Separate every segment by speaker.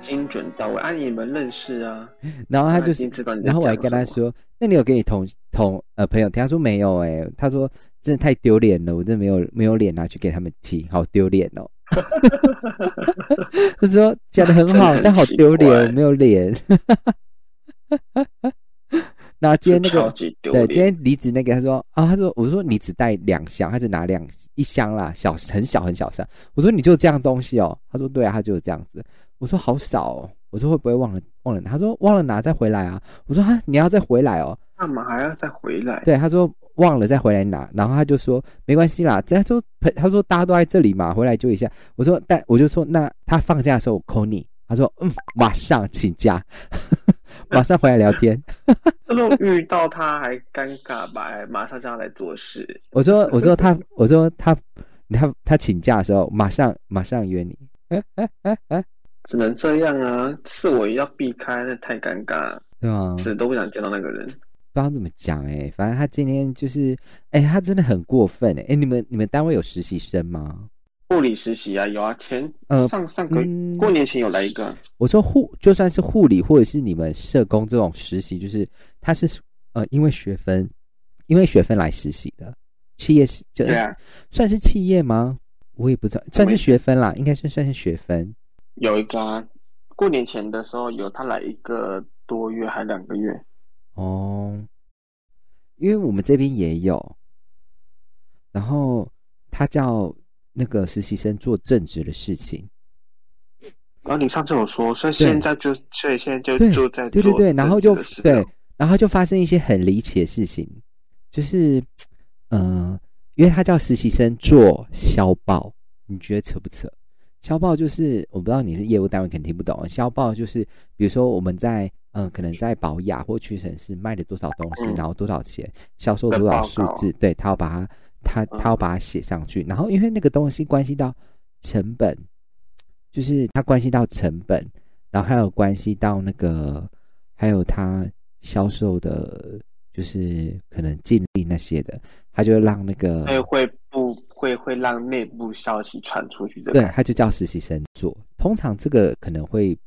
Speaker 1: 精准到位。啊，你们认识啊？
Speaker 2: 然后他就
Speaker 1: 已经
Speaker 2: 是，
Speaker 1: 知道你在
Speaker 2: 然后我还
Speaker 1: 讲
Speaker 2: 跟他
Speaker 1: 什么，
Speaker 2: 说：“那你有跟你同同呃朋友听？”他说：“没有、欸。”哎，他说：“真的太丢脸了，我真的没有没有脸拿去给他们踢，好丢脸 哦。”他说：“讲的很
Speaker 1: 真的
Speaker 2: 好，
Speaker 1: 很
Speaker 2: 但好
Speaker 1: 奇
Speaker 2: 丢脸，
Speaker 1: 怪
Speaker 2: 我没有脸。”然后今天那
Speaker 1: 超
Speaker 2: 个
Speaker 1: 级丢
Speaker 2: 对，今
Speaker 1: 脸。
Speaker 2: 天离子那个他说啊，他说我说你只带两箱，他只拿两一箱啦，小很小很小箱。我说你就这样东西哦，他说对啊，他就有这样子。我说好少哦，我说会不会忘了忘了拿？他说忘了拿再回来啊。我说哈，你要再回来哦。
Speaker 1: 干嘛还要再回来？
Speaker 2: 对，他说忘了再回来拿，然后他就说没关系啦，这他说他说大家都在这里嘛，回来就一下。我说但我就说那他放假的时候我 call 你，他说嗯，马上请假， 马上回来聊天。
Speaker 1: 那如果遇到他还尴尬吧，还马上叫他来做事。
Speaker 2: 我说，我说他，我说他，他他请假的时候，马上马上约你。
Speaker 1: 只能这样啊！是我要避开，那太尴尬了，
Speaker 2: 对啊，
Speaker 1: 死都不想见到那个人。
Speaker 2: 不知道怎么讲哎、反正他今天就是，哎、他真的很过分哎、哎、你们你们单位有实习生吗？
Speaker 1: 护理实习啊，有啊，前、
Speaker 2: 呃
Speaker 1: 上上个、
Speaker 2: 嗯，
Speaker 1: 过年前有来一个，
Speaker 2: 我说护就算是护理或者是你们社工这种实习，就是他是呃因为学分，因为学分来实习的，企业是就、
Speaker 1: 对啊，
Speaker 2: 算是企业吗？我也不知道，算是学分啦，应该是算是学分。
Speaker 1: 有一个啊，过年前的时候有他来一个多月还两个月，
Speaker 2: 哦，因为我们这边也有，然后他叫那个实习生做正职的事情，
Speaker 1: 然后你上次有说，所以现在就所以现在就就在
Speaker 2: 对
Speaker 1: 做
Speaker 2: 对对，然后就
Speaker 1: 正职的事
Speaker 2: 对
Speaker 1: 了，
Speaker 2: 然后就发生一些很离奇的事情，就是，呃，因为他叫实习生做消报，你觉得扯不扯？消报就是我不知道你是业务单位，肯定听不懂。啊消报就是比如说我们在嗯、呃可能在保雅或屈臣氏卖了多少东西，
Speaker 1: 嗯
Speaker 2: 然后多少钱，销售
Speaker 1: 的
Speaker 2: 多少
Speaker 1: 报
Speaker 2: 数
Speaker 1: 告
Speaker 2: 字，对他要把它他
Speaker 1: 嗯
Speaker 2: 他要把它写上去。然后因为那个东西关系到成本，就是它关系到成本，然后还有关系到那个还有他销售的，就是可能净利那些的，他就让那个
Speaker 1: 所以会不会会让内部消息传出去的，
Speaker 2: 对，，他就叫实习生做。通常这个可能会，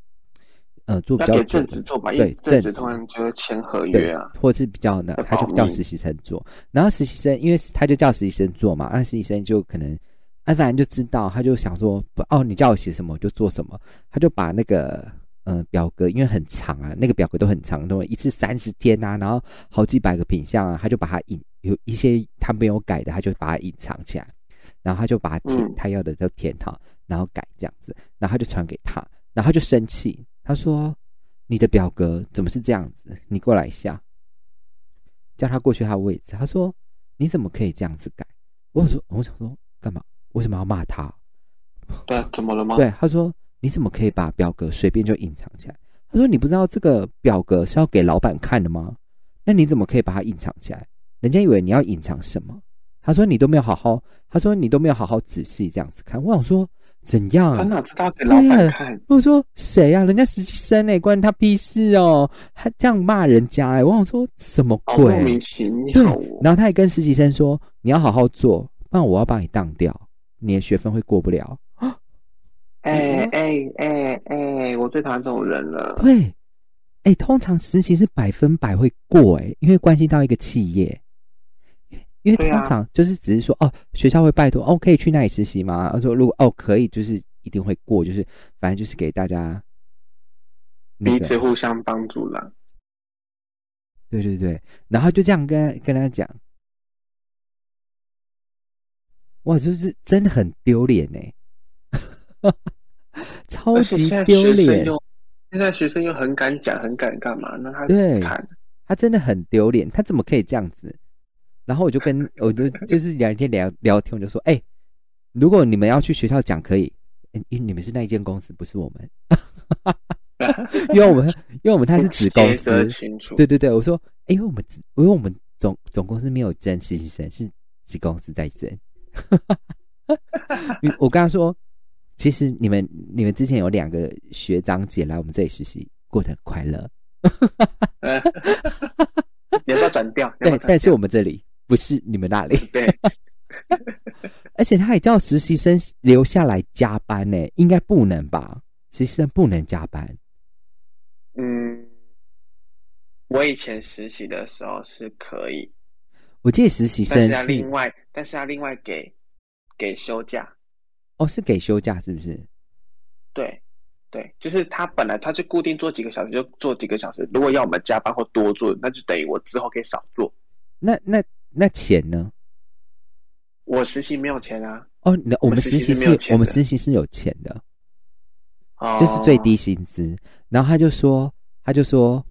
Speaker 2: 呃，做比
Speaker 1: 要
Speaker 2: 较
Speaker 1: 给
Speaker 2: 久
Speaker 1: 正
Speaker 2: 的
Speaker 1: 职做吧，因
Speaker 2: 对
Speaker 1: 为正
Speaker 2: 正
Speaker 1: 职
Speaker 2: 职
Speaker 1: 通常就是签合
Speaker 2: 对
Speaker 1: 约啊，，
Speaker 2: 或是比较呢
Speaker 1: 要，
Speaker 2: 他就
Speaker 1: 保
Speaker 2: 叫
Speaker 1: 密
Speaker 2: 实习生做。然后实习生，因为他就叫实习生做嘛，那实习生就可能，哎，反正就知道，他就想说，不哦，你叫我写什么我就做什么，他就把那个。嗯，表格因为很长啊，那个表格都很长，都一次三十天啊，然后好几百个品项啊，他就把它隐有一些他没有改的，他就把它隐藏起来，然后他就把它填、
Speaker 1: 嗯
Speaker 2: 他要的就填好，然后改这样子，然后他就传给他，然后他就生气，他说：“你的表格怎么是这样子？你过来一下。”叫他过去他的位置，他说：“你怎么可以这样子改？”我说：“我想说干嘛？为什么要骂他？”
Speaker 1: 对，啊怎么了吗？
Speaker 2: 对，他说：“你怎么可以把表格随便就隐藏起来？”他说：“你不知道这个表格是要给老板看的吗？那你怎么可以把它隐藏起来？人家以为你要隐藏什么？”他说：“你都没有好好，他说你都没有好好仔细这样子看。”我想说怎样
Speaker 1: 他
Speaker 2: 啊？
Speaker 1: 哪知道给老
Speaker 2: 对
Speaker 1: 板
Speaker 2: 啊
Speaker 1: 看？
Speaker 2: 我说谁呀、啊？人家实习生呢、关他屁事哦！他这样骂人家哎、我想说什么
Speaker 1: 好
Speaker 2: 鬼？
Speaker 1: 莫名其
Speaker 2: 对
Speaker 1: 妙哦，
Speaker 2: 然后他还跟实习生说：“你要好好做，不然我要把你当掉，你的学分会过不了。
Speaker 1: 哎哎哎哎，我最讨厌这种人”了。
Speaker 2: 对，哎、通常实习是百分百会过、哎，因为关系到一个企业，因为通
Speaker 1: 对啊
Speaker 2: 常就是只是说、哦，学校会拜托哦，可以去那里实习吗？他说如果哦可以，就是一定会过，就是反正就是给大家那
Speaker 1: 彼
Speaker 2: 个
Speaker 1: 此互相帮助啦。
Speaker 2: 对对对，然后就这样跟他跟他讲，哇，就是真的很丢脸 呢，超
Speaker 1: 而且
Speaker 2: 级
Speaker 1: 现在
Speaker 2: 丢
Speaker 1: 学生
Speaker 2: 脸，
Speaker 1: 又，现在学生又很敢讲，很敢干嘛？那他
Speaker 2: 对
Speaker 1: 惨，
Speaker 2: 他真的很丢脸，他怎么可以这样子？然后我就跟我就就是聊天聊聊天，我就说，哎、如果你们要去学校讲可以，诶因为你们是那一间公司，不是我们， 因为我们因为我们它是子公
Speaker 1: 切割
Speaker 2: 司，
Speaker 1: 清楚。
Speaker 2: 对对对，我说，诶因为我们子因为我们总总公司没有争实习生，是子公司在争。 你我跟他说，其实你们你们之前有两个学长姐来我们这里实习，过得很快乐，
Speaker 1: 呃 你要不要转掉？你要不
Speaker 2: 对
Speaker 1: 要，转
Speaker 2: 但是我们这里不是你们那里，
Speaker 1: 对，
Speaker 2: 而且他也叫实习生留下来加班呢，应该不能吧？实习生不能加班。
Speaker 1: 嗯，我以前实习的时候是可以，
Speaker 2: 我记得实习
Speaker 1: 但
Speaker 2: 生
Speaker 1: 是要
Speaker 2: 是
Speaker 1: 另外，但是要另外给给休假。
Speaker 2: 哦，是给休假是不是？
Speaker 1: 对，对，就是他本来他就固定做几个小时就做几个小时，如果要我们加班或多做，那就等于我之后可以少做。
Speaker 2: 那那那钱呢？
Speaker 1: 我实习没有钱啊，
Speaker 2: 哦，那我
Speaker 1: 我们
Speaker 2: 们
Speaker 1: 实
Speaker 2: 实
Speaker 1: 习
Speaker 2: 习
Speaker 1: 是
Speaker 2: 是
Speaker 1: 没有
Speaker 2: 有
Speaker 1: 钱
Speaker 2: 我们
Speaker 1: 的
Speaker 2: 实习是有钱的，
Speaker 1: 哦、
Speaker 2: 就是最低薪资。然后他就说，他就说，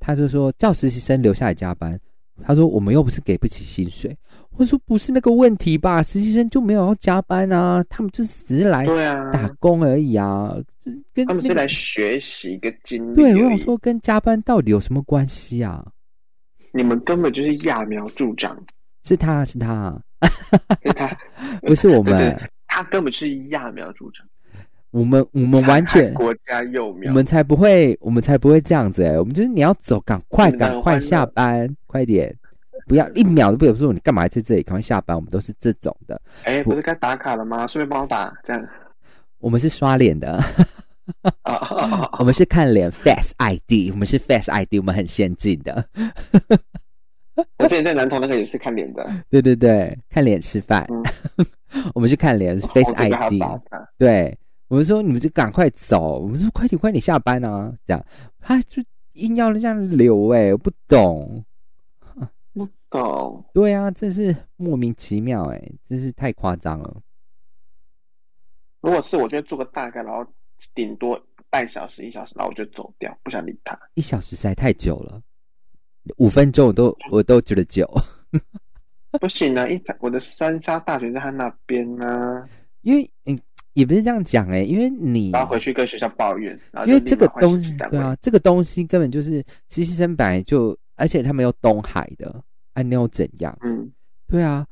Speaker 2: 他就说叫实习生留下来加班。他说我们又不是给不起薪水。我说不是那个问题吧，实习生就没有要加班啊，他们就是只是来
Speaker 1: 对啊，
Speaker 2: 打工而已啊。这跟
Speaker 1: 他们
Speaker 2: 那
Speaker 1: 是
Speaker 2: 个
Speaker 1: 来学习跟经历
Speaker 2: 对，我
Speaker 1: 而
Speaker 2: 想
Speaker 1: 已
Speaker 2: 说跟加班到底有什么关系啊？
Speaker 1: 你们根本就是揠苗助长，
Speaker 2: 是他是他，
Speaker 1: 是他
Speaker 2: 不是我
Speaker 1: 对
Speaker 2: 们
Speaker 1: 对，他根本是揠苗助长，
Speaker 2: 我们我们完
Speaker 1: 残害
Speaker 2: 全
Speaker 1: 国家幼
Speaker 2: 我
Speaker 1: 苗。
Speaker 2: 们才不会，我们才不会这样子哎、我们就是你要走，赶快
Speaker 1: 我们哪有
Speaker 2: 赶快
Speaker 1: 欢乐
Speaker 2: 下班，快点，不要一秒都不有说你干嘛还在这里，赶快下班。我们都是这种的，
Speaker 1: 哎，不是该打卡了吗？顺便帮我打，这 样
Speaker 2: 我们是刷 脸的，
Speaker 1: 啊啊啊啊！
Speaker 2: 我们是看脸 Face ID，我们是 Face ID，我们很先进的，
Speaker 1: 我之前在南投那个也是看脸的，
Speaker 2: 对对对，看脸吃饭， 我们是看脸 Face
Speaker 1: 我嗯哦这边还
Speaker 2: ID，
Speaker 1: 要打卡。
Speaker 2: 对，我们说你们就赶快走，我们说快点快点下班啊，这样他就硬要这样留哎、我不懂。
Speaker 1: 懂，
Speaker 2: 对啊，真是莫名其妙哎、真是太夸张了。
Speaker 1: 如果是我就会做个大概，然后顶多半小时一小时，然后我就走掉，不想理他。
Speaker 2: 一小时实在太久了，五分钟我都我都觉得久，
Speaker 1: 不行啊，一我的三沙大学在他那边呢、
Speaker 2: 因为嗯也不是这样讲哎、因为你
Speaker 1: 然后回去跟学校抱怨，然后
Speaker 2: 因
Speaker 1: 就
Speaker 2: 为这个
Speaker 1: 立马换
Speaker 2: 东
Speaker 1: 实
Speaker 2: 西
Speaker 1: 习单
Speaker 2: 对
Speaker 1: 位
Speaker 2: 啊，这个东西根本就是实习生本来就，而且他们又东海的，啊你又怎样？
Speaker 1: 嗯，
Speaker 2: 对啊，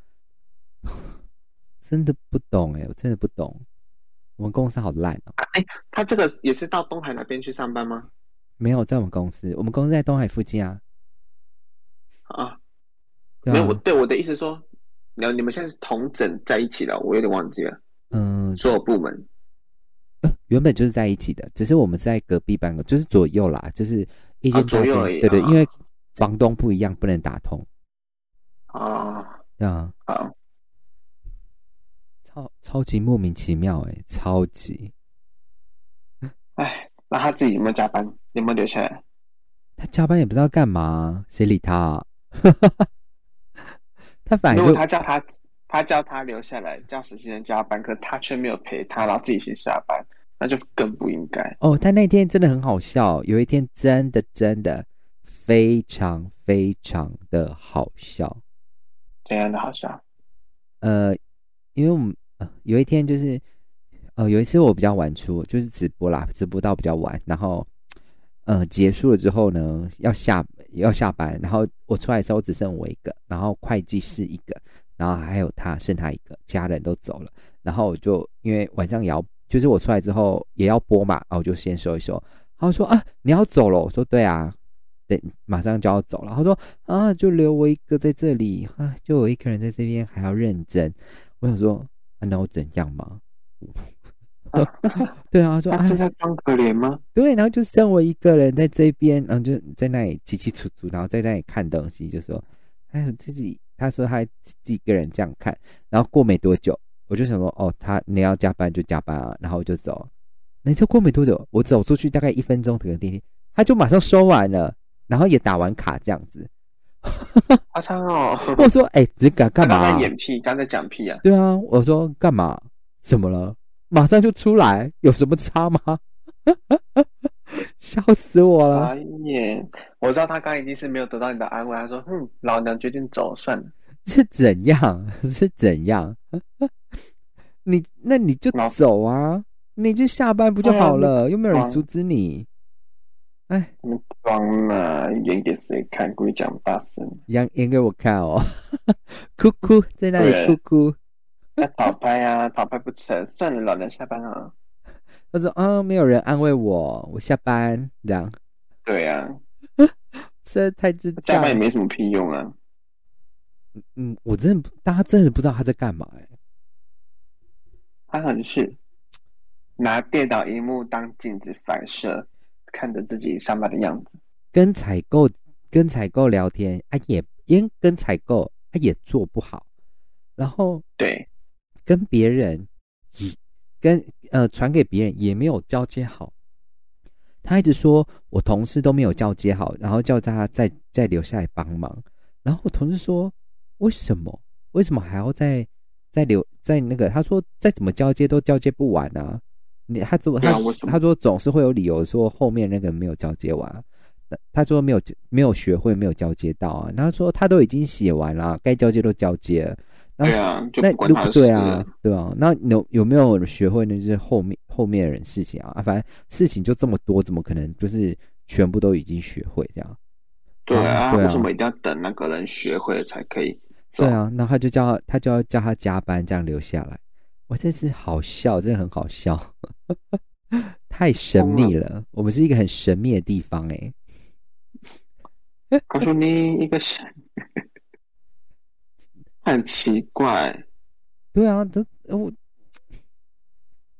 Speaker 2: 真的不懂哎、我真的不懂，我们公司好烂哦、
Speaker 1: 他这个也是到东海那边去上班吗？
Speaker 2: 没有在我们公司，我们公司在东海附近啊。
Speaker 1: 啊，
Speaker 2: 对
Speaker 1: 没
Speaker 2: 啊
Speaker 1: 有，我对我的意思说，你你们现在是同整在一起了，我有点忘记了，
Speaker 2: 嗯，
Speaker 1: 所有部门
Speaker 2: 原本就是在一起的，只是我们是在隔壁办公，就是左右啦，就是一间
Speaker 1: 啊左
Speaker 2: 大间
Speaker 1: 右而已
Speaker 2: 对对，
Speaker 1: 啊
Speaker 2: 因为房东不一样，不能打通，
Speaker 1: 啊，
Speaker 2: 对啊，
Speaker 1: 好，
Speaker 2: 超超级莫名其妙哎、超级
Speaker 1: 哎，那他自己有没有加班？有没有留下来？
Speaker 2: 他加班也不知道干嘛，谁理他、啊？ 他反
Speaker 1: 如
Speaker 2: 正
Speaker 1: 果
Speaker 2: 哎就
Speaker 1: 他叫他，他叫他留下来，叫实习生加班，可他却没有陪他，然后自己先下班，那就更不应该。
Speaker 2: 哦，他那天真的很好笑，有一天真的真的非常非常的好笑。
Speaker 1: 怎样的好笑？
Speaker 2: 呃，因为我们、呃、有一天就是，呃，有一次我比较晚出，就是直播啦，直播到比较晚，然后，呃，结束了之后呢，要下要下班，然后我出来的时候只剩我一个，然后会计是一个，然后还有他剩他一个，其他人都走了，然后我就因为晚上也要，就是我出来之后也要播嘛，然后我就先收一收。他说啊，你要走了？我说对啊，对，马上就要走了。他说啊，就留我一个在这里啊，就我一个人在这边还要认真。我想说，啊、那我怎样嘛？ 对啊，他说
Speaker 1: 他
Speaker 2: 啊，
Speaker 1: 是在装可怜吗？
Speaker 2: 对，然后就剩我一个人在这边，然后就在那里起起楚楚，然后在那里看东西，就说，哎，我自己，他说他自己一个人这样看，然后过没多久，我就想说，哦，他你要加班就加班啊，然后我就走。那就过没多久，我走出去大概一分钟，整个电梯他就马上收完了，然后也打完卡这样子。
Speaker 1: 阿昌哦，
Speaker 2: 我说，哎、只敢
Speaker 1: 他
Speaker 2: 干嘛、
Speaker 1: 刚才演屁，刚才讲屁啊！
Speaker 2: 对啊，我说干嘛？怎么了？马上就出来，有什么差吗？ 笑死我了！
Speaker 1: 傻眼，我知道他刚才一定是没有得到你的安慰，他说：“嗯，老娘决定走算了。
Speaker 2: 是怎样？ 是怎样？你那你就
Speaker 1: 老
Speaker 2: 走啊，你就下班不就
Speaker 1: 对啊
Speaker 2: 好了？又没有人
Speaker 1: 忙
Speaker 2: 阻止你。”
Speaker 1: 你装啊，演给谁看？故意讲大声，
Speaker 2: 演演给我看哦，哭哭在那里
Speaker 1: 对
Speaker 2: 哭哭。
Speaker 1: 要讨拍啊，讨拍不成，算了，老娘下班啊。
Speaker 2: 他说：“啊，没有人安慰我，我下班。”这样，
Speaker 1: 对 啊，
Speaker 2: 这太智
Speaker 1: 加
Speaker 2: 障
Speaker 1: 班也
Speaker 2: 了。
Speaker 1: 没什么屁用啊。
Speaker 2: 嗯，我真的不大家真的不知道他在干嘛哎、
Speaker 1: 他可能是拿电脑荧幕当镜子反射，看着自己上班的样子。
Speaker 2: 跟采购跟采购聊天，啊也因跟采购他、啊也做不好，然后
Speaker 1: 对，
Speaker 2: 跟别人跟呃传给别人也没有交接好。他一直说我同事都没有交接好，然后叫他再再留下来帮忙。然后我同事说为什么为什么还要再再留在那个？他说再怎么交接都交接不完啊。你他怎么
Speaker 1: 对
Speaker 2: 他、
Speaker 1: 啊为什么
Speaker 2: 他说总是会有理由说后面那个没有交接完啊、那他说没有没有学会没有交接到啊。然后说他都已经写完了，该交接都交接了。然
Speaker 1: 对
Speaker 2: 后
Speaker 1: 啊，就
Speaker 2: 那
Speaker 1: 不管他
Speaker 2: 如果
Speaker 1: 的事
Speaker 2: 对
Speaker 1: 了
Speaker 2: 啊，，对啊，那有有没有学会呢？就是后面后面的人事情啊，啊反正事情就这么多，怎么可能就是全部都已经学会这样？
Speaker 1: 对
Speaker 2: 啊
Speaker 1: 啊，
Speaker 2: 对啊
Speaker 1: 为什么一定要等那个人学会了才可以走？
Speaker 2: 对，啊，那他就叫他他就要叫他加班，这样留下来。我真是好笑，真的很好笑， 太神秘了。我们是一个很神秘的地方哎、
Speaker 1: 告诉你一个事，很奇怪，
Speaker 2: 对啊，这我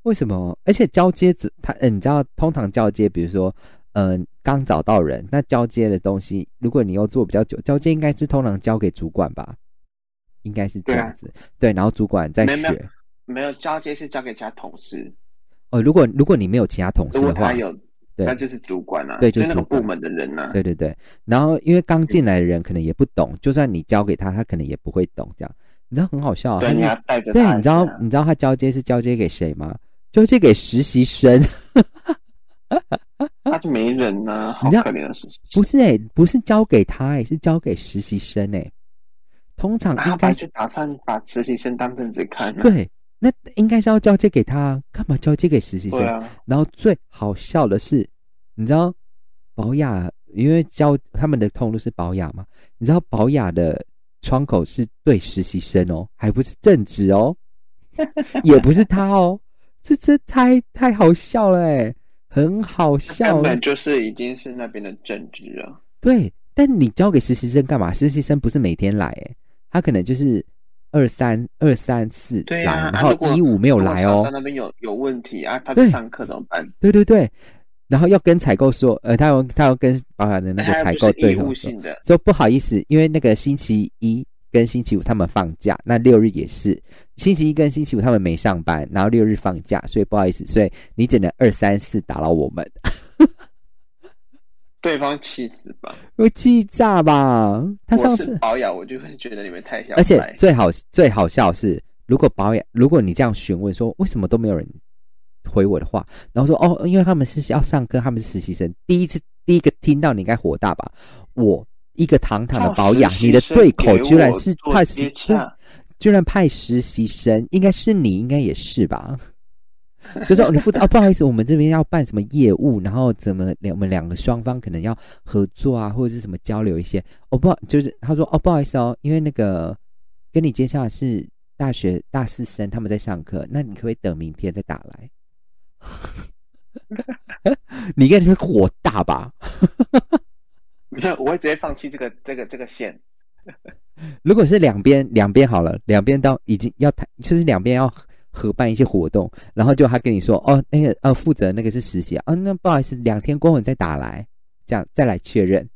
Speaker 2: 为什么？而且交接只他，嗯，你知道，通常交接，比如说，嗯、刚找到人，那交接的东西，如果你又做比较久，交接应该是通常交给主管吧，应该是这
Speaker 1: 对啊
Speaker 2: 样子。对，然后主管再
Speaker 1: 没有没有
Speaker 2: 学。
Speaker 1: 没有交接是交给其他同事，
Speaker 2: 哦，如果如果你没有其他同事
Speaker 1: 如果
Speaker 2: 的话
Speaker 1: 他，有，
Speaker 2: 对
Speaker 1: 那就是主管啊，
Speaker 2: 对
Speaker 1: 就
Speaker 2: 就是
Speaker 1: 那个
Speaker 2: 主管
Speaker 1: 部门的人呐、啊。
Speaker 2: 对对对。然后因为刚进来的人可能也不懂，就算你交给他，他可能也不会懂。这样，你知道很好笑、啊，
Speaker 1: 对，
Speaker 2: 他是
Speaker 1: 你要带着
Speaker 2: 对，
Speaker 1: 他
Speaker 2: 你
Speaker 1: 一
Speaker 2: 知
Speaker 1: 起啊、
Speaker 2: 道你知道他交接是交接给谁吗？交接给实习生。
Speaker 1: 啊他就没人呐、好
Speaker 2: 你知道
Speaker 1: 可怜的事情。
Speaker 2: 不是哎、不是交给他哎、是交给实习生哎、通常
Speaker 1: 啊他
Speaker 2: 应该
Speaker 1: 本来
Speaker 2: 是、
Speaker 1: 就打算把实习生当正职看、啊。
Speaker 2: 对，那应该是要交接给他啊，干嘛交接给实习生？
Speaker 1: 对啊，
Speaker 2: 然后最好笑的是，你知道保雅，因为教他们的通路是保雅嘛，你知道保雅的窗口是对实习生哦，还不是正职哦，也不是他哦，这这太太好笑了哎、很好笑
Speaker 1: 根
Speaker 2: 哎、
Speaker 1: 本就是已经是那边的正职了。
Speaker 2: 对，但你交给实习生干嘛？实习生不是每天来、欸，他可能就是二三二三四
Speaker 1: 对
Speaker 2: 来，
Speaker 1: 啊
Speaker 2: 然
Speaker 1: 啊如
Speaker 2: 后
Speaker 1: 果
Speaker 2: 一五没有来
Speaker 1: 如果
Speaker 2: 哦
Speaker 1: 厂
Speaker 2: 哎
Speaker 1: 商。那边有有问题啊，他
Speaker 2: 对
Speaker 1: 在上课怎么办？
Speaker 2: 对对对，然后要跟采购说，呃，他要他要跟保险的那个
Speaker 1: 他又不
Speaker 2: 采购
Speaker 1: 是
Speaker 2: 对
Speaker 1: 义
Speaker 2: 口
Speaker 1: 务
Speaker 2: 说，
Speaker 1: 性的，
Speaker 2: 说不好意思，因为那个星期一跟星期五他们放假，那六日也是，星期一跟星期五他们没上班，然后六日放假，所以不好意思，所以你只能二三四打扰我们，
Speaker 1: 对方气死吧。
Speaker 2: 我气炸吧！他上
Speaker 1: 我
Speaker 2: 次
Speaker 1: 是保养，我就会觉得你们太小白，
Speaker 2: 而且最好最好笑的是，如果保养，如果你这样询问说为什么都没有人回我的话，然后说哦，因为他们是要上课，他们是实习生，第一次第一个听到你应该火大吧？我一个堂
Speaker 1: 哦
Speaker 2: 堂的保养，你的对口居然是
Speaker 1: 做啊
Speaker 2: 派
Speaker 1: 接
Speaker 2: 实，
Speaker 1: 洽，
Speaker 2: 居然派实习生，应该是你，应该也是吧？ 就是哦你负责哦，不好意思，我们这边要办什么业务，然后怎么两我们两个双方可能要合作啊，或者是什么交流一些。哦，不好，就是他说哦，不好意思哦，因为那个跟你接洽的是大学大四生，他们在上课，那你可不可以等明天再打来？ 你应该是火大吧？
Speaker 1: 没有，我会直接放弃这个这个这个线。
Speaker 2: 如果是两边两边好了，两边到已经要谈，就是两边要合办一些活动，然后就他跟你说哦，那个呃负责那个是实习啊，哦那不好意思，两天过后你再打来，这样再来确认。嗯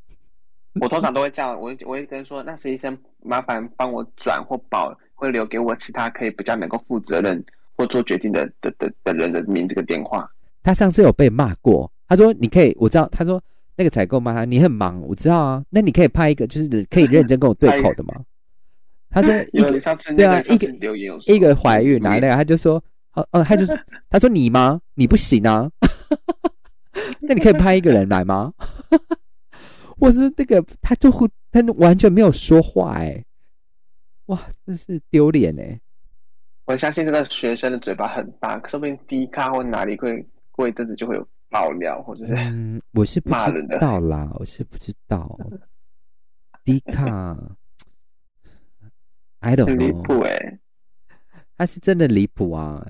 Speaker 1: 我通常都会这样，我会我会跟说，那实习生麻烦帮我转或保，会留给我其他可以比较能够负责任或做决定的的的的人的名字跟电话。
Speaker 2: 他上次有被骂过，他说你可以，我知道，他说那个采购骂他，你很忙，我知道啊，那你可以派一个就是可以认真跟我对口的吗？他说一
Speaker 1: 因为
Speaker 2: 个
Speaker 1: 你上次那
Speaker 2: 对
Speaker 1: 个
Speaker 2: 啊
Speaker 1: 上次
Speaker 2: 一个
Speaker 1: 留言有说嗯
Speaker 2: 一个怀孕拿
Speaker 1: 你
Speaker 2: 那个，他就说哦哦，他 就是他说你吗？你不行啊， 那你可以派一个人来吗？ 我是那个，他就会他完全没有说话哎、哇，真是丢脸哎、
Speaker 1: 我相信这个学生的嘴巴很大，说不定低咖或哪里会过一阵子就会有爆料，或者是
Speaker 2: 嗯，我是不
Speaker 1: 骂
Speaker 2: 知
Speaker 1: 人的
Speaker 2: 道啦，我是不知道。迪卡 ，I don't
Speaker 1: 很离
Speaker 2: know，
Speaker 1: 谱哎、
Speaker 2: 他是真的离谱啊，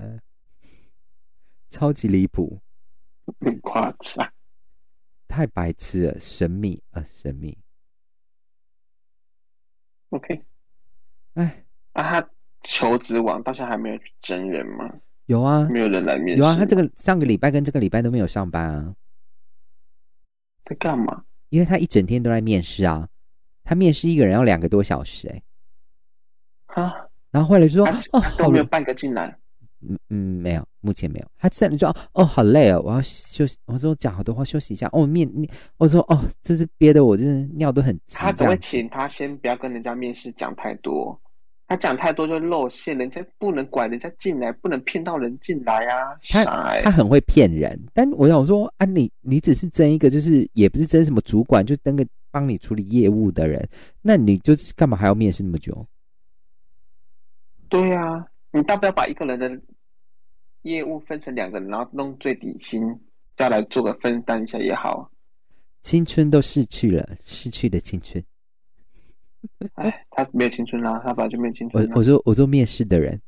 Speaker 2: 超级离谱，
Speaker 1: 很夸张。
Speaker 2: 太白痴了，神秘啊、呃神秘。
Speaker 1: OK，
Speaker 2: 哎，
Speaker 1: 啊那、他求职网到现在还没有去真人吗？
Speaker 2: 有啊，
Speaker 1: 没有人来面试。
Speaker 2: 有啊，他这个上个礼拜跟这个礼拜都没有上班啊，
Speaker 1: 在干嘛？
Speaker 2: 因为他一整天都在面试啊，他面试一个人要两个多小时哎、
Speaker 1: 哈，
Speaker 2: 然后后来就说
Speaker 1: 啊他
Speaker 2: 哦
Speaker 1: 他
Speaker 2: 好
Speaker 1: 都没有
Speaker 2: 累，
Speaker 1: 半个进来。
Speaker 2: 嗯嗯没有，目前没有，他这样就说哦好累哦，我要休息，我说讲好多话休息一下，哦面面我说哦这是憋的我真是尿都很急
Speaker 1: 他
Speaker 2: 这
Speaker 1: 只会
Speaker 2: 样，
Speaker 1: 请他先不要跟人家面试讲太多，他讲太多就露馅，人家不能拐人家进来，不能骗到人进来啊，
Speaker 2: 他
Speaker 1: 傻哎、
Speaker 2: 他很会骗人，但我想说啊你你只是争一个就是也不是争什么主管，就争个帮你处理业务的人，那你就是干嘛还要面试那么久？
Speaker 1: 对啊，你大不了把一个人的业务分成两个人，然后弄最底薪，再来做个分担一下也好。
Speaker 2: 青春都逝去了，逝去的青春。
Speaker 1: 哎，他没有青春啦、他本来就没有青
Speaker 2: 我
Speaker 1: 春啦、
Speaker 2: 我说我说面试的人，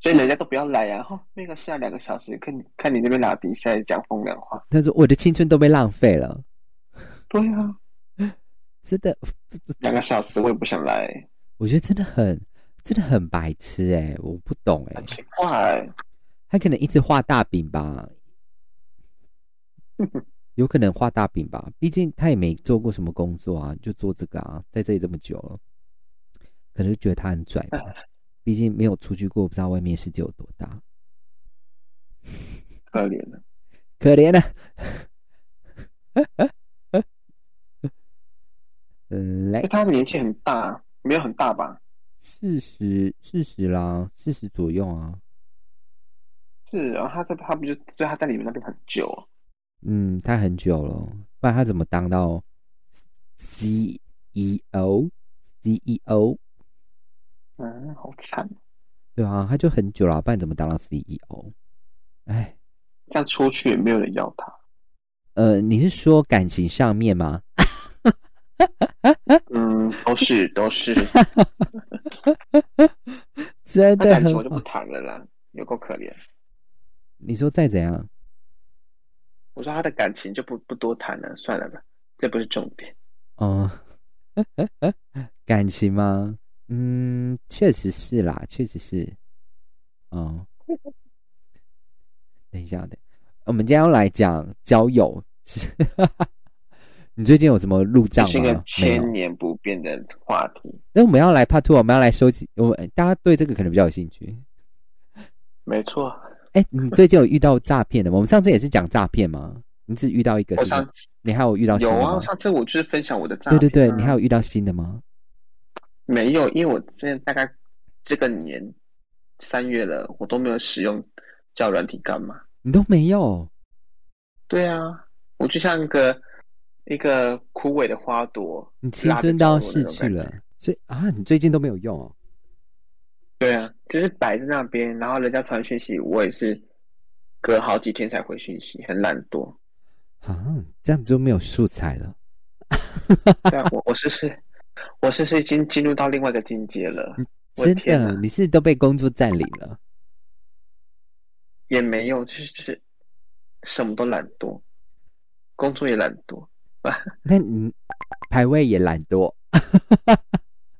Speaker 1: 所以人家都不要来啊。哦、那个下两个小时，看你看你那边拉迪下来讲风凉话。
Speaker 2: 他说我的青春都被浪费了，
Speaker 1: 对啊，
Speaker 2: 真的，
Speaker 1: 两个小时我也不想来，
Speaker 2: 我觉得真的很真的很白痴哎、我不懂哎、
Speaker 1: 很奇怪、欸。
Speaker 2: 他可能一直画大饼吧，有可能画大饼吧，毕竟他也没做过什么工作啊，就做这个啊，在这里这么久了，可能就觉得他很拽吧，毕竟没有出去过，不知道外面世界有多大，
Speaker 1: 可怜啊了，
Speaker 2: 可怜 啊。嗯，来
Speaker 1: 因为，他年纪很大，没有很大吧？
Speaker 2: 四十四十啦，四十左右啊。
Speaker 1: 是啊，他在他不就所以他在你们那边很久啊、
Speaker 2: 嗯，他很久了，不然他怎么当到 E CEO CEO？
Speaker 1: 嗯，好惨，
Speaker 2: 对啊，他就很久了，不然怎么当到 CEO？哎，
Speaker 1: 这样出去也没有人要他。
Speaker 2: 呃，你是说感情上面吗？
Speaker 1: 嗯，都是都是，那
Speaker 2: 真的
Speaker 1: 感情我就
Speaker 2: 很
Speaker 1: 不
Speaker 2: 好。
Speaker 1: 谈了啦，有够可怜。
Speaker 2: 你说再怎样？
Speaker 1: 我说他的感情就不不多谈了，算了吧，这不是重点。
Speaker 2: 哦， 感情吗？嗯，确实是啦，确实是。哦，等一下，等，我们今天要来讲交友。 你最近有什么入
Speaker 1: 这
Speaker 2: 账
Speaker 1: 是一个
Speaker 2: 吗？没
Speaker 1: 千
Speaker 2: 有。
Speaker 1: 年不变的话题，
Speaker 2: 那我们要来 part two，我们要来收集。我大家对这个可能比较有兴趣。
Speaker 1: 没错。
Speaker 2: 哎，你最近有遇到诈骗的吗？我们上次也是讲诈骗吗？你只遇到一个
Speaker 1: 我
Speaker 2: 是吗
Speaker 1: 上？次
Speaker 2: 你还有遇到新
Speaker 1: 有
Speaker 2: 的
Speaker 1: 啊，
Speaker 2: 吗？
Speaker 1: 上次我就是分享我的诈
Speaker 2: 对
Speaker 1: 骗、啊
Speaker 2: 对对，你还有遇到新的吗？
Speaker 1: 没有？因为我之前大概这个年三月了，我都没有使用叫软体干嘛。
Speaker 2: 你都没有。
Speaker 1: 对啊，我就像一个一个枯萎的花朵，
Speaker 2: 你青
Speaker 1: 拉着
Speaker 2: 春
Speaker 1: 角
Speaker 2: 到
Speaker 1: 落的
Speaker 2: 逝
Speaker 1: 那种
Speaker 2: 去
Speaker 1: 感觉
Speaker 2: 了，所以啊，你最近都没有用哦。
Speaker 1: 对啊，就是摆在那边，然后人家传讯息，我也是隔好几天才回讯息，很懒惰。
Speaker 2: 啊，这样就没有素材了。
Speaker 1: 对啊，我我是不是我是不是已经进入到另外一个境界了？我
Speaker 2: 嗯真
Speaker 1: 天
Speaker 2: 的
Speaker 1: 哪，
Speaker 2: 你是都被工作占领了。
Speaker 1: 也没有，就是就是什么都懒惰，工作也懒惰。
Speaker 2: 那你排位也懒惰，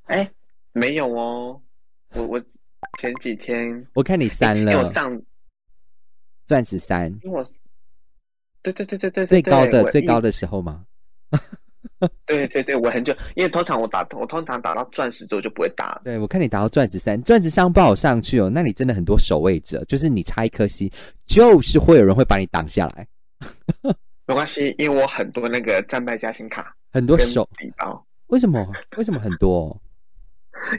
Speaker 1: 哎，没有哦，我我前几天
Speaker 2: 我看你 删
Speaker 1: 因为我
Speaker 2: 了
Speaker 1: 上，
Speaker 2: 钻石三，
Speaker 1: 因为我对对对对对对
Speaker 2: 最高
Speaker 1: 对
Speaker 2: 的
Speaker 1: 我
Speaker 2: 最
Speaker 1: 一
Speaker 2: 高的时候吗？
Speaker 1: 对对对，我很久，因为通常我打我通常打到钻石之后就不会打了。
Speaker 2: 对，我看你打到钻石三，钻石三不好上去哦。那你真的很多守卫者，就是你差一颗星，就是会有人会把你挡下来。
Speaker 1: 没关系，因为我很多那个战败加薪卡
Speaker 2: 很多
Speaker 1: 跟
Speaker 2: 守，
Speaker 1: 礼包，
Speaker 2: 为什么？为什么很多？哦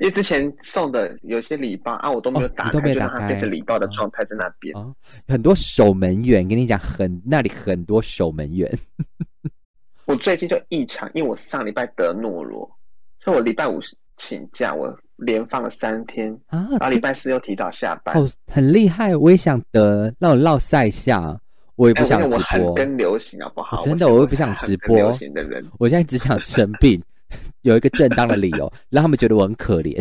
Speaker 1: 因为之前送的有些礼包啊，我都没有
Speaker 2: 哦
Speaker 1: 打
Speaker 2: 你都
Speaker 1: 开，
Speaker 2: 没有
Speaker 1: 就让
Speaker 2: 打
Speaker 1: 它变成
Speaker 2: 开
Speaker 1: 礼包的
Speaker 2: 哦
Speaker 1: 状态在那边。
Speaker 2: 哦，很多守门员，跟你讲，很那里很多守门员。
Speaker 1: 我最近就异常，因为我上礼拜得诺罗，所以我礼拜五请假，我连放了三天，
Speaker 2: 啊，
Speaker 1: 然后
Speaker 2: 这
Speaker 1: 礼拜四又提早下班。
Speaker 2: 哦，很厉害，我也想得，让我落赛一下，我也
Speaker 1: 哎
Speaker 2: 不想
Speaker 1: 因为
Speaker 2: 直
Speaker 1: 我很
Speaker 2: 播，哦
Speaker 1: 跟流行好不好？
Speaker 2: 真的
Speaker 1: 是
Speaker 2: 我
Speaker 1: 个
Speaker 2: 也不想
Speaker 1: 很
Speaker 2: 直
Speaker 1: 跟流
Speaker 2: 播
Speaker 1: 行的人，
Speaker 2: 我现在只想生病， 有一个正当的理由， 让他们觉得我很 可怜，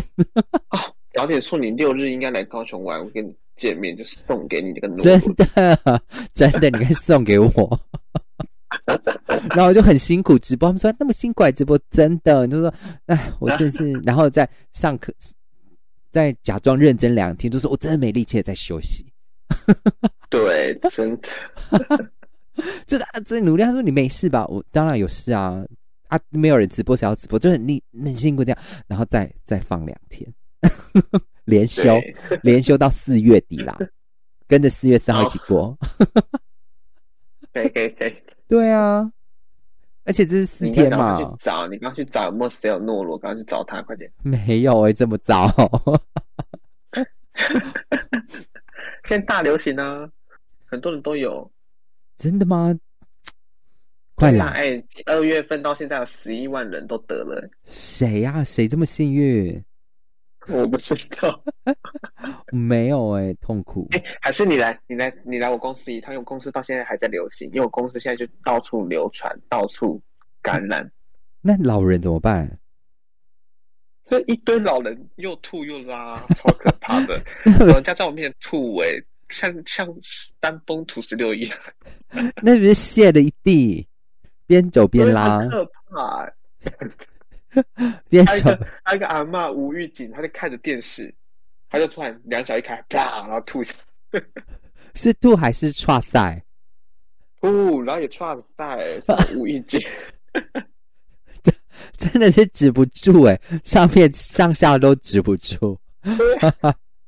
Speaker 1: 早点说你六日应该来高雄玩，我跟你见面就送给你这个诺
Speaker 2: 真
Speaker 1: 罗
Speaker 2: 的， 真的，你可以送给我。 然后我就很辛苦直播，他们说 那么辛苦来直播，真的，你就说，哎，我真是，然后在上课再假装认真两天，就说我真的没力气了，在休息，
Speaker 1: 对，真 的，
Speaker 2: 就是啊，真的努力。他说你没事吧？我当然有事啊，啊，没有人直播谁要直播，就很力很辛苦这样，然后再再放两天， 连休
Speaker 1: 对，
Speaker 2: 连休到四月底 啦，跟着四月三号一起
Speaker 1: 哦
Speaker 2: 过。
Speaker 1: 对对对，
Speaker 2: 对啊，而且这是四
Speaker 1: 你
Speaker 2: 天
Speaker 1: 赶快
Speaker 2: 嘛
Speaker 1: 去，找，你刚去找有没有谁有诺罗，赶快去找他，快点！
Speaker 2: 没有哎、这么早。
Speaker 1: 现在大流行啊，很多人都有。
Speaker 2: 真的吗？快
Speaker 1: 对啊
Speaker 2: 啦！
Speaker 1: 哎，二月份到现在有十一万人都得了，
Speaker 2: 谁呀、谁这么幸运？
Speaker 1: 我不知道。
Speaker 2: 没有哎、痛苦。
Speaker 1: 哎，还是你来，你来，你来我公司一趟，因为我公司到现在还在流行，因为我公司现在就到处流传，到处感染，
Speaker 2: 那老人怎么办？
Speaker 1: 这一堆老人又吐又拉，超可怕 的。老人家在我面前吐、欸，像像丹崩土石榴一样，
Speaker 2: 那不是泻了一地，边走边拉
Speaker 1: 很，可怕、欸。
Speaker 2: 边
Speaker 1: 还有一
Speaker 2: 走
Speaker 1: 个还有一个阿嬷无预警，她在看着电视，她就突然两脚一开，啪，然后吐下
Speaker 2: 是吐还是岔塞？
Speaker 1: 吐，然后也踹在无预警，
Speaker 2: 真的是止不住哎、上面上下都止不住。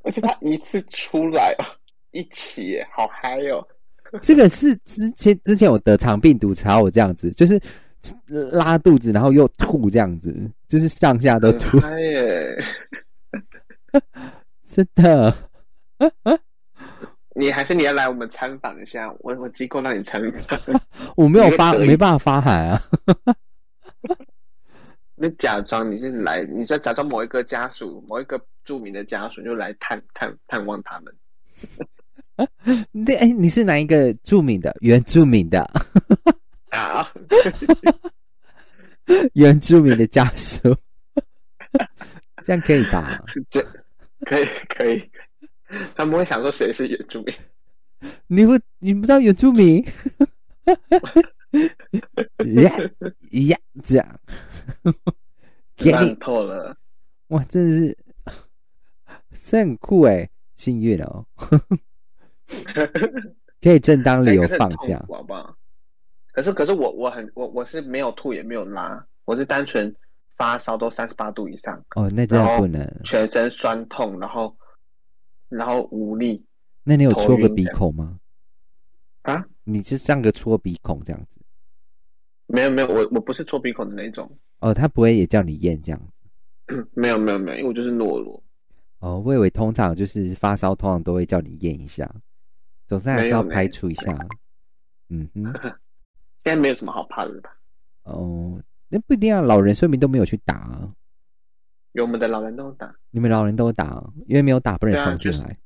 Speaker 1: 而且她一次出来 哦，一起耶好嗨哦！
Speaker 2: 这个是之前之前我得肠病毒才我这样子，就是拉肚子然后又吐这样子，就是上下都吐
Speaker 1: 很，嗨耶！
Speaker 2: 真的。
Speaker 1: 你还是你要来我们参访一下，我我机构让你参访，
Speaker 2: 我没有发，
Speaker 1: 你也可以
Speaker 2: 没办法发函啊。
Speaker 1: 那假装你是来，你就假装某一个家属，某一个著名的家属，你就来探探探望他们。
Speaker 2: 那哎、你是哪一个著名的？原住民的，
Speaker 1: 啊，
Speaker 2: 原住民的家属， 这样可以吧？
Speaker 1: 这可以可以，他们会想说谁是原住民？
Speaker 2: 你不，你不知道原住民？ 呀呀，这样，给
Speaker 1: 烂
Speaker 2: 你
Speaker 1: 透了，
Speaker 2: 哇，真的是，这很酷哎，幸运哦，可以正当理由
Speaker 1: 哎可是很
Speaker 2: 放
Speaker 1: 痛
Speaker 2: 假
Speaker 1: 苦，好不好？可是可是我我很我我是没有吐也没有拉，我是单纯发烧都三十八度以上，
Speaker 2: 哦，那真的
Speaker 1: 然后
Speaker 2: 不能。
Speaker 1: 全身酸痛，然后然后无力
Speaker 2: 那你有
Speaker 1: 头
Speaker 2: 戳个
Speaker 1: 晕
Speaker 2: 鼻
Speaker 1: 这样
Speaker 2: 孔吗？
Speaker 1: 啊，
Speaker 2: 你是上个戳鼻孔这样子？
Speaker 1: 没有没有，我我不是戳鼻孔的那种，嗯
Speaker 2: 哦，他不会也叫你验这样？
Speaker 1: 没有没有没有，因为我就是懦弱，
Speaker 2: 哦，我以为通常就是发烧，通常都会叫你验一下，总是还是
Speaker 1: 没有
Speaker 2: 要
Speaker 1: 呢
Speaker 2: 排除一下。嗯哼，
Speaker 1: 现在没有什么好怕的吧？
Speaker 2: 哦，那不一定啊，老人说明都没有去打、啊，
Speaker 1: 有我们的老人都打，
Speaker 2: 你们老人都有打、因为没有打不能
Speaker 1: 对啊
Speaker 2: 送进
Speaker 1: 就
Speaker 2: 来。
Speaker 1: 是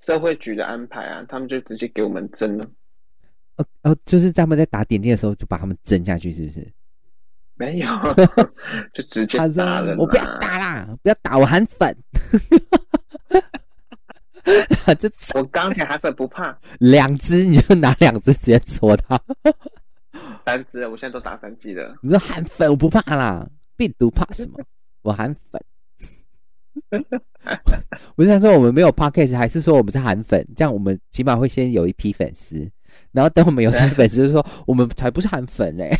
Speaker 1: 社会局的安排啊，他们就直接给我们针了，
Speaker 2: 哦哦，就是他们在打点滴的时候就把他们针下去，是不是？
Speaker 1: 没有，就直接
Speaker 2: 他说
Speaker 1: 打了啦，
Speaker 2: 我不要打啦，不要打，我含粉。 就
Speaker 1: 我钢铁海粉不怕，
Speaker 2: 两只，你就拿两只直接戳他。
Speaker 1: 三支了，我现在都打三剂了。
Speaker 2: 你说含粉我不怕啦，病毒怕什么？我含粉。我是想说，我们没有 podcast，还是说我们是含粉？这样我们起码会先有一批粉丝，然后等我们有新粉丝，就说我们才不是含粉嘞、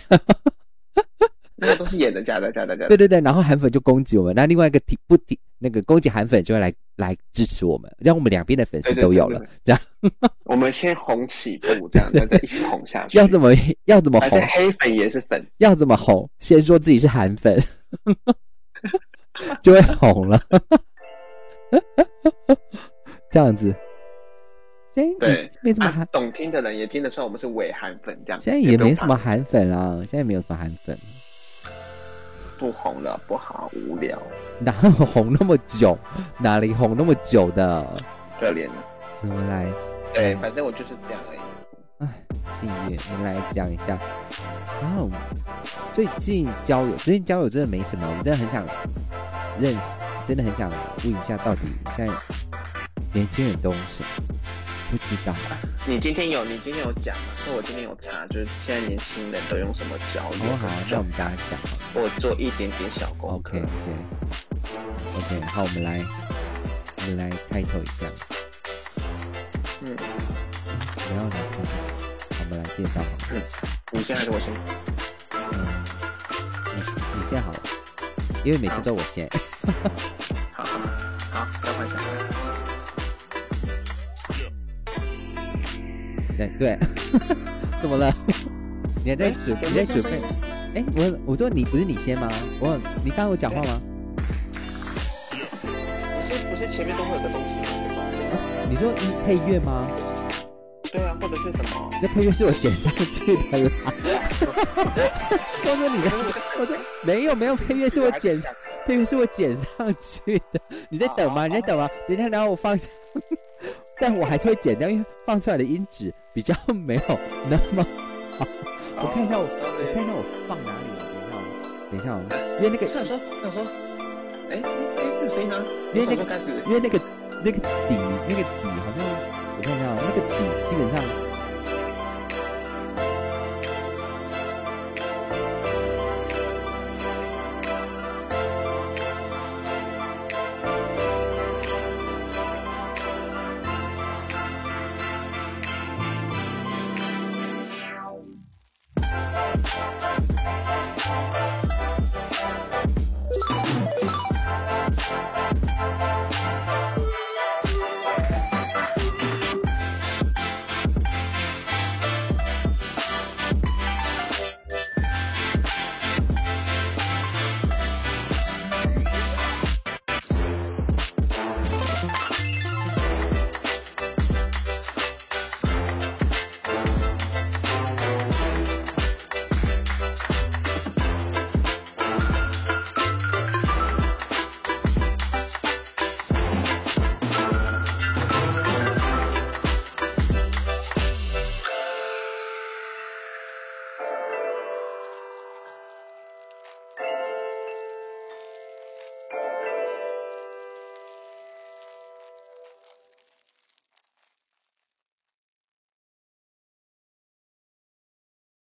Speaker 1: 那个都是演的，假的，假的，假
Speaker 2: 对
Speaker 1: 的。
Speaker 2: 对对，然后韩粉就攻击我们，那另外一个提不提那个攻击韩粉就会来来支持我们，这样我们两边的粉丝
Speaker 1: 对对
Speaker 2: 都有
Speaker 1: 对
Speaker 2: 了
Speaker 1: 对。
Speaker 2: 这样
Speaker 1: 我们先红起步，这样再再一起红下去。
Speaker 2: 要怎么要怎么
Speaker 1: 反正
Speaker 2: 红，
Speaker 1: 黑粉也是粉，
Speaker 2: 要怎么红，先说自己是韩粉， 就会红了。 这样子，哎，
Speaker 1: 对
Speaker 2: 你没什么韩
Speaker 1: 啊，，懂听的人也听得出来我们是伪韩粉，这样
Speaker 2: 现在
Speaker 1: 也
Speaker 2: 也
Speaker 1: 不用
Speaker 2: 没什么
Speaker 1: 怕
Speaker 2: 韩粉啦，现在没有什么韩粉，
Speaker 1: 不红了，不好，无聊，
Speaker 2: 哪有红那么久？哪里红那么久的？
Speaker 1: 可怜了。
Speaker 2: 我们来，
Speaker 1: 对，
Speaker 2: 嗯
Speaker 1: 反正我就是这样而已。
Speaker 2: 信月，我们来讲一下。哦，最近交友，最近交友真的没什么，我真的很想认识，真的很想问一下，到底现在年轻人都什么？不知道，
Speaker 1: 你今天有你今天有讲嘛？所以我今天有查，就是现在年轻人都用什么交友
Speaker 2: 哦好，那我
Speaker 1: 状
Speaker 2: 们大家讲好了
Speaker 1: 哦我做一点点小功课。
Speaker 2: ，OK OK。 OK，好，我们来，我们来开头一下。
Speaker 1: 嗯，
Speaker 2: 不要来开头我们来介绍好了。
Speaker 1: 你先还是我先？
Speaker 2: 嗯，你先你先好了，因为每次都我先。
Speaker 1: 好，好，好，交换一下。
Speaker 2: 对对， 怎么了？ 你还在准
Speaker 1: 哎
Speaker 2: 你在准备？哎，我我说你不是你先吗？我你刚刚有讲话吗？
Speaker 1: 不是不是前面都会有个东西吗？
Speaker 2: 哎你说一配乐吗？
Speaker 1: 对啊，或者是什么？
Speaker 2: 那配乐是我剪上去的啦。 我说你的，我说没有没有配乐是我剪上，配乐是我剪上去的。你在等吗？
Speaker 1: 哦
Speaker 2: 你在等吗？等一下，然后我放下，但我还是会剪掉，因为放出来的音质比较没有那么。
Speaker 1: 哦
Speaker 2: 我看一下我我
Speaker 1: sorry
Speaker 2: 看一下我放哪里了，等一下哦，等一下哦，因为那
Speaker 1: 我
Speaker 2: 个
Speaker 1: 想说，我想说，哎哎，哎有声音呢？
Speaker 2: 因为
Speaker 1: 我想
Speaker 2: 那个
Speaker 1: 说开始，
Speaker 2: 因为那个那个底那个底好像我看一下哦，那个底基本上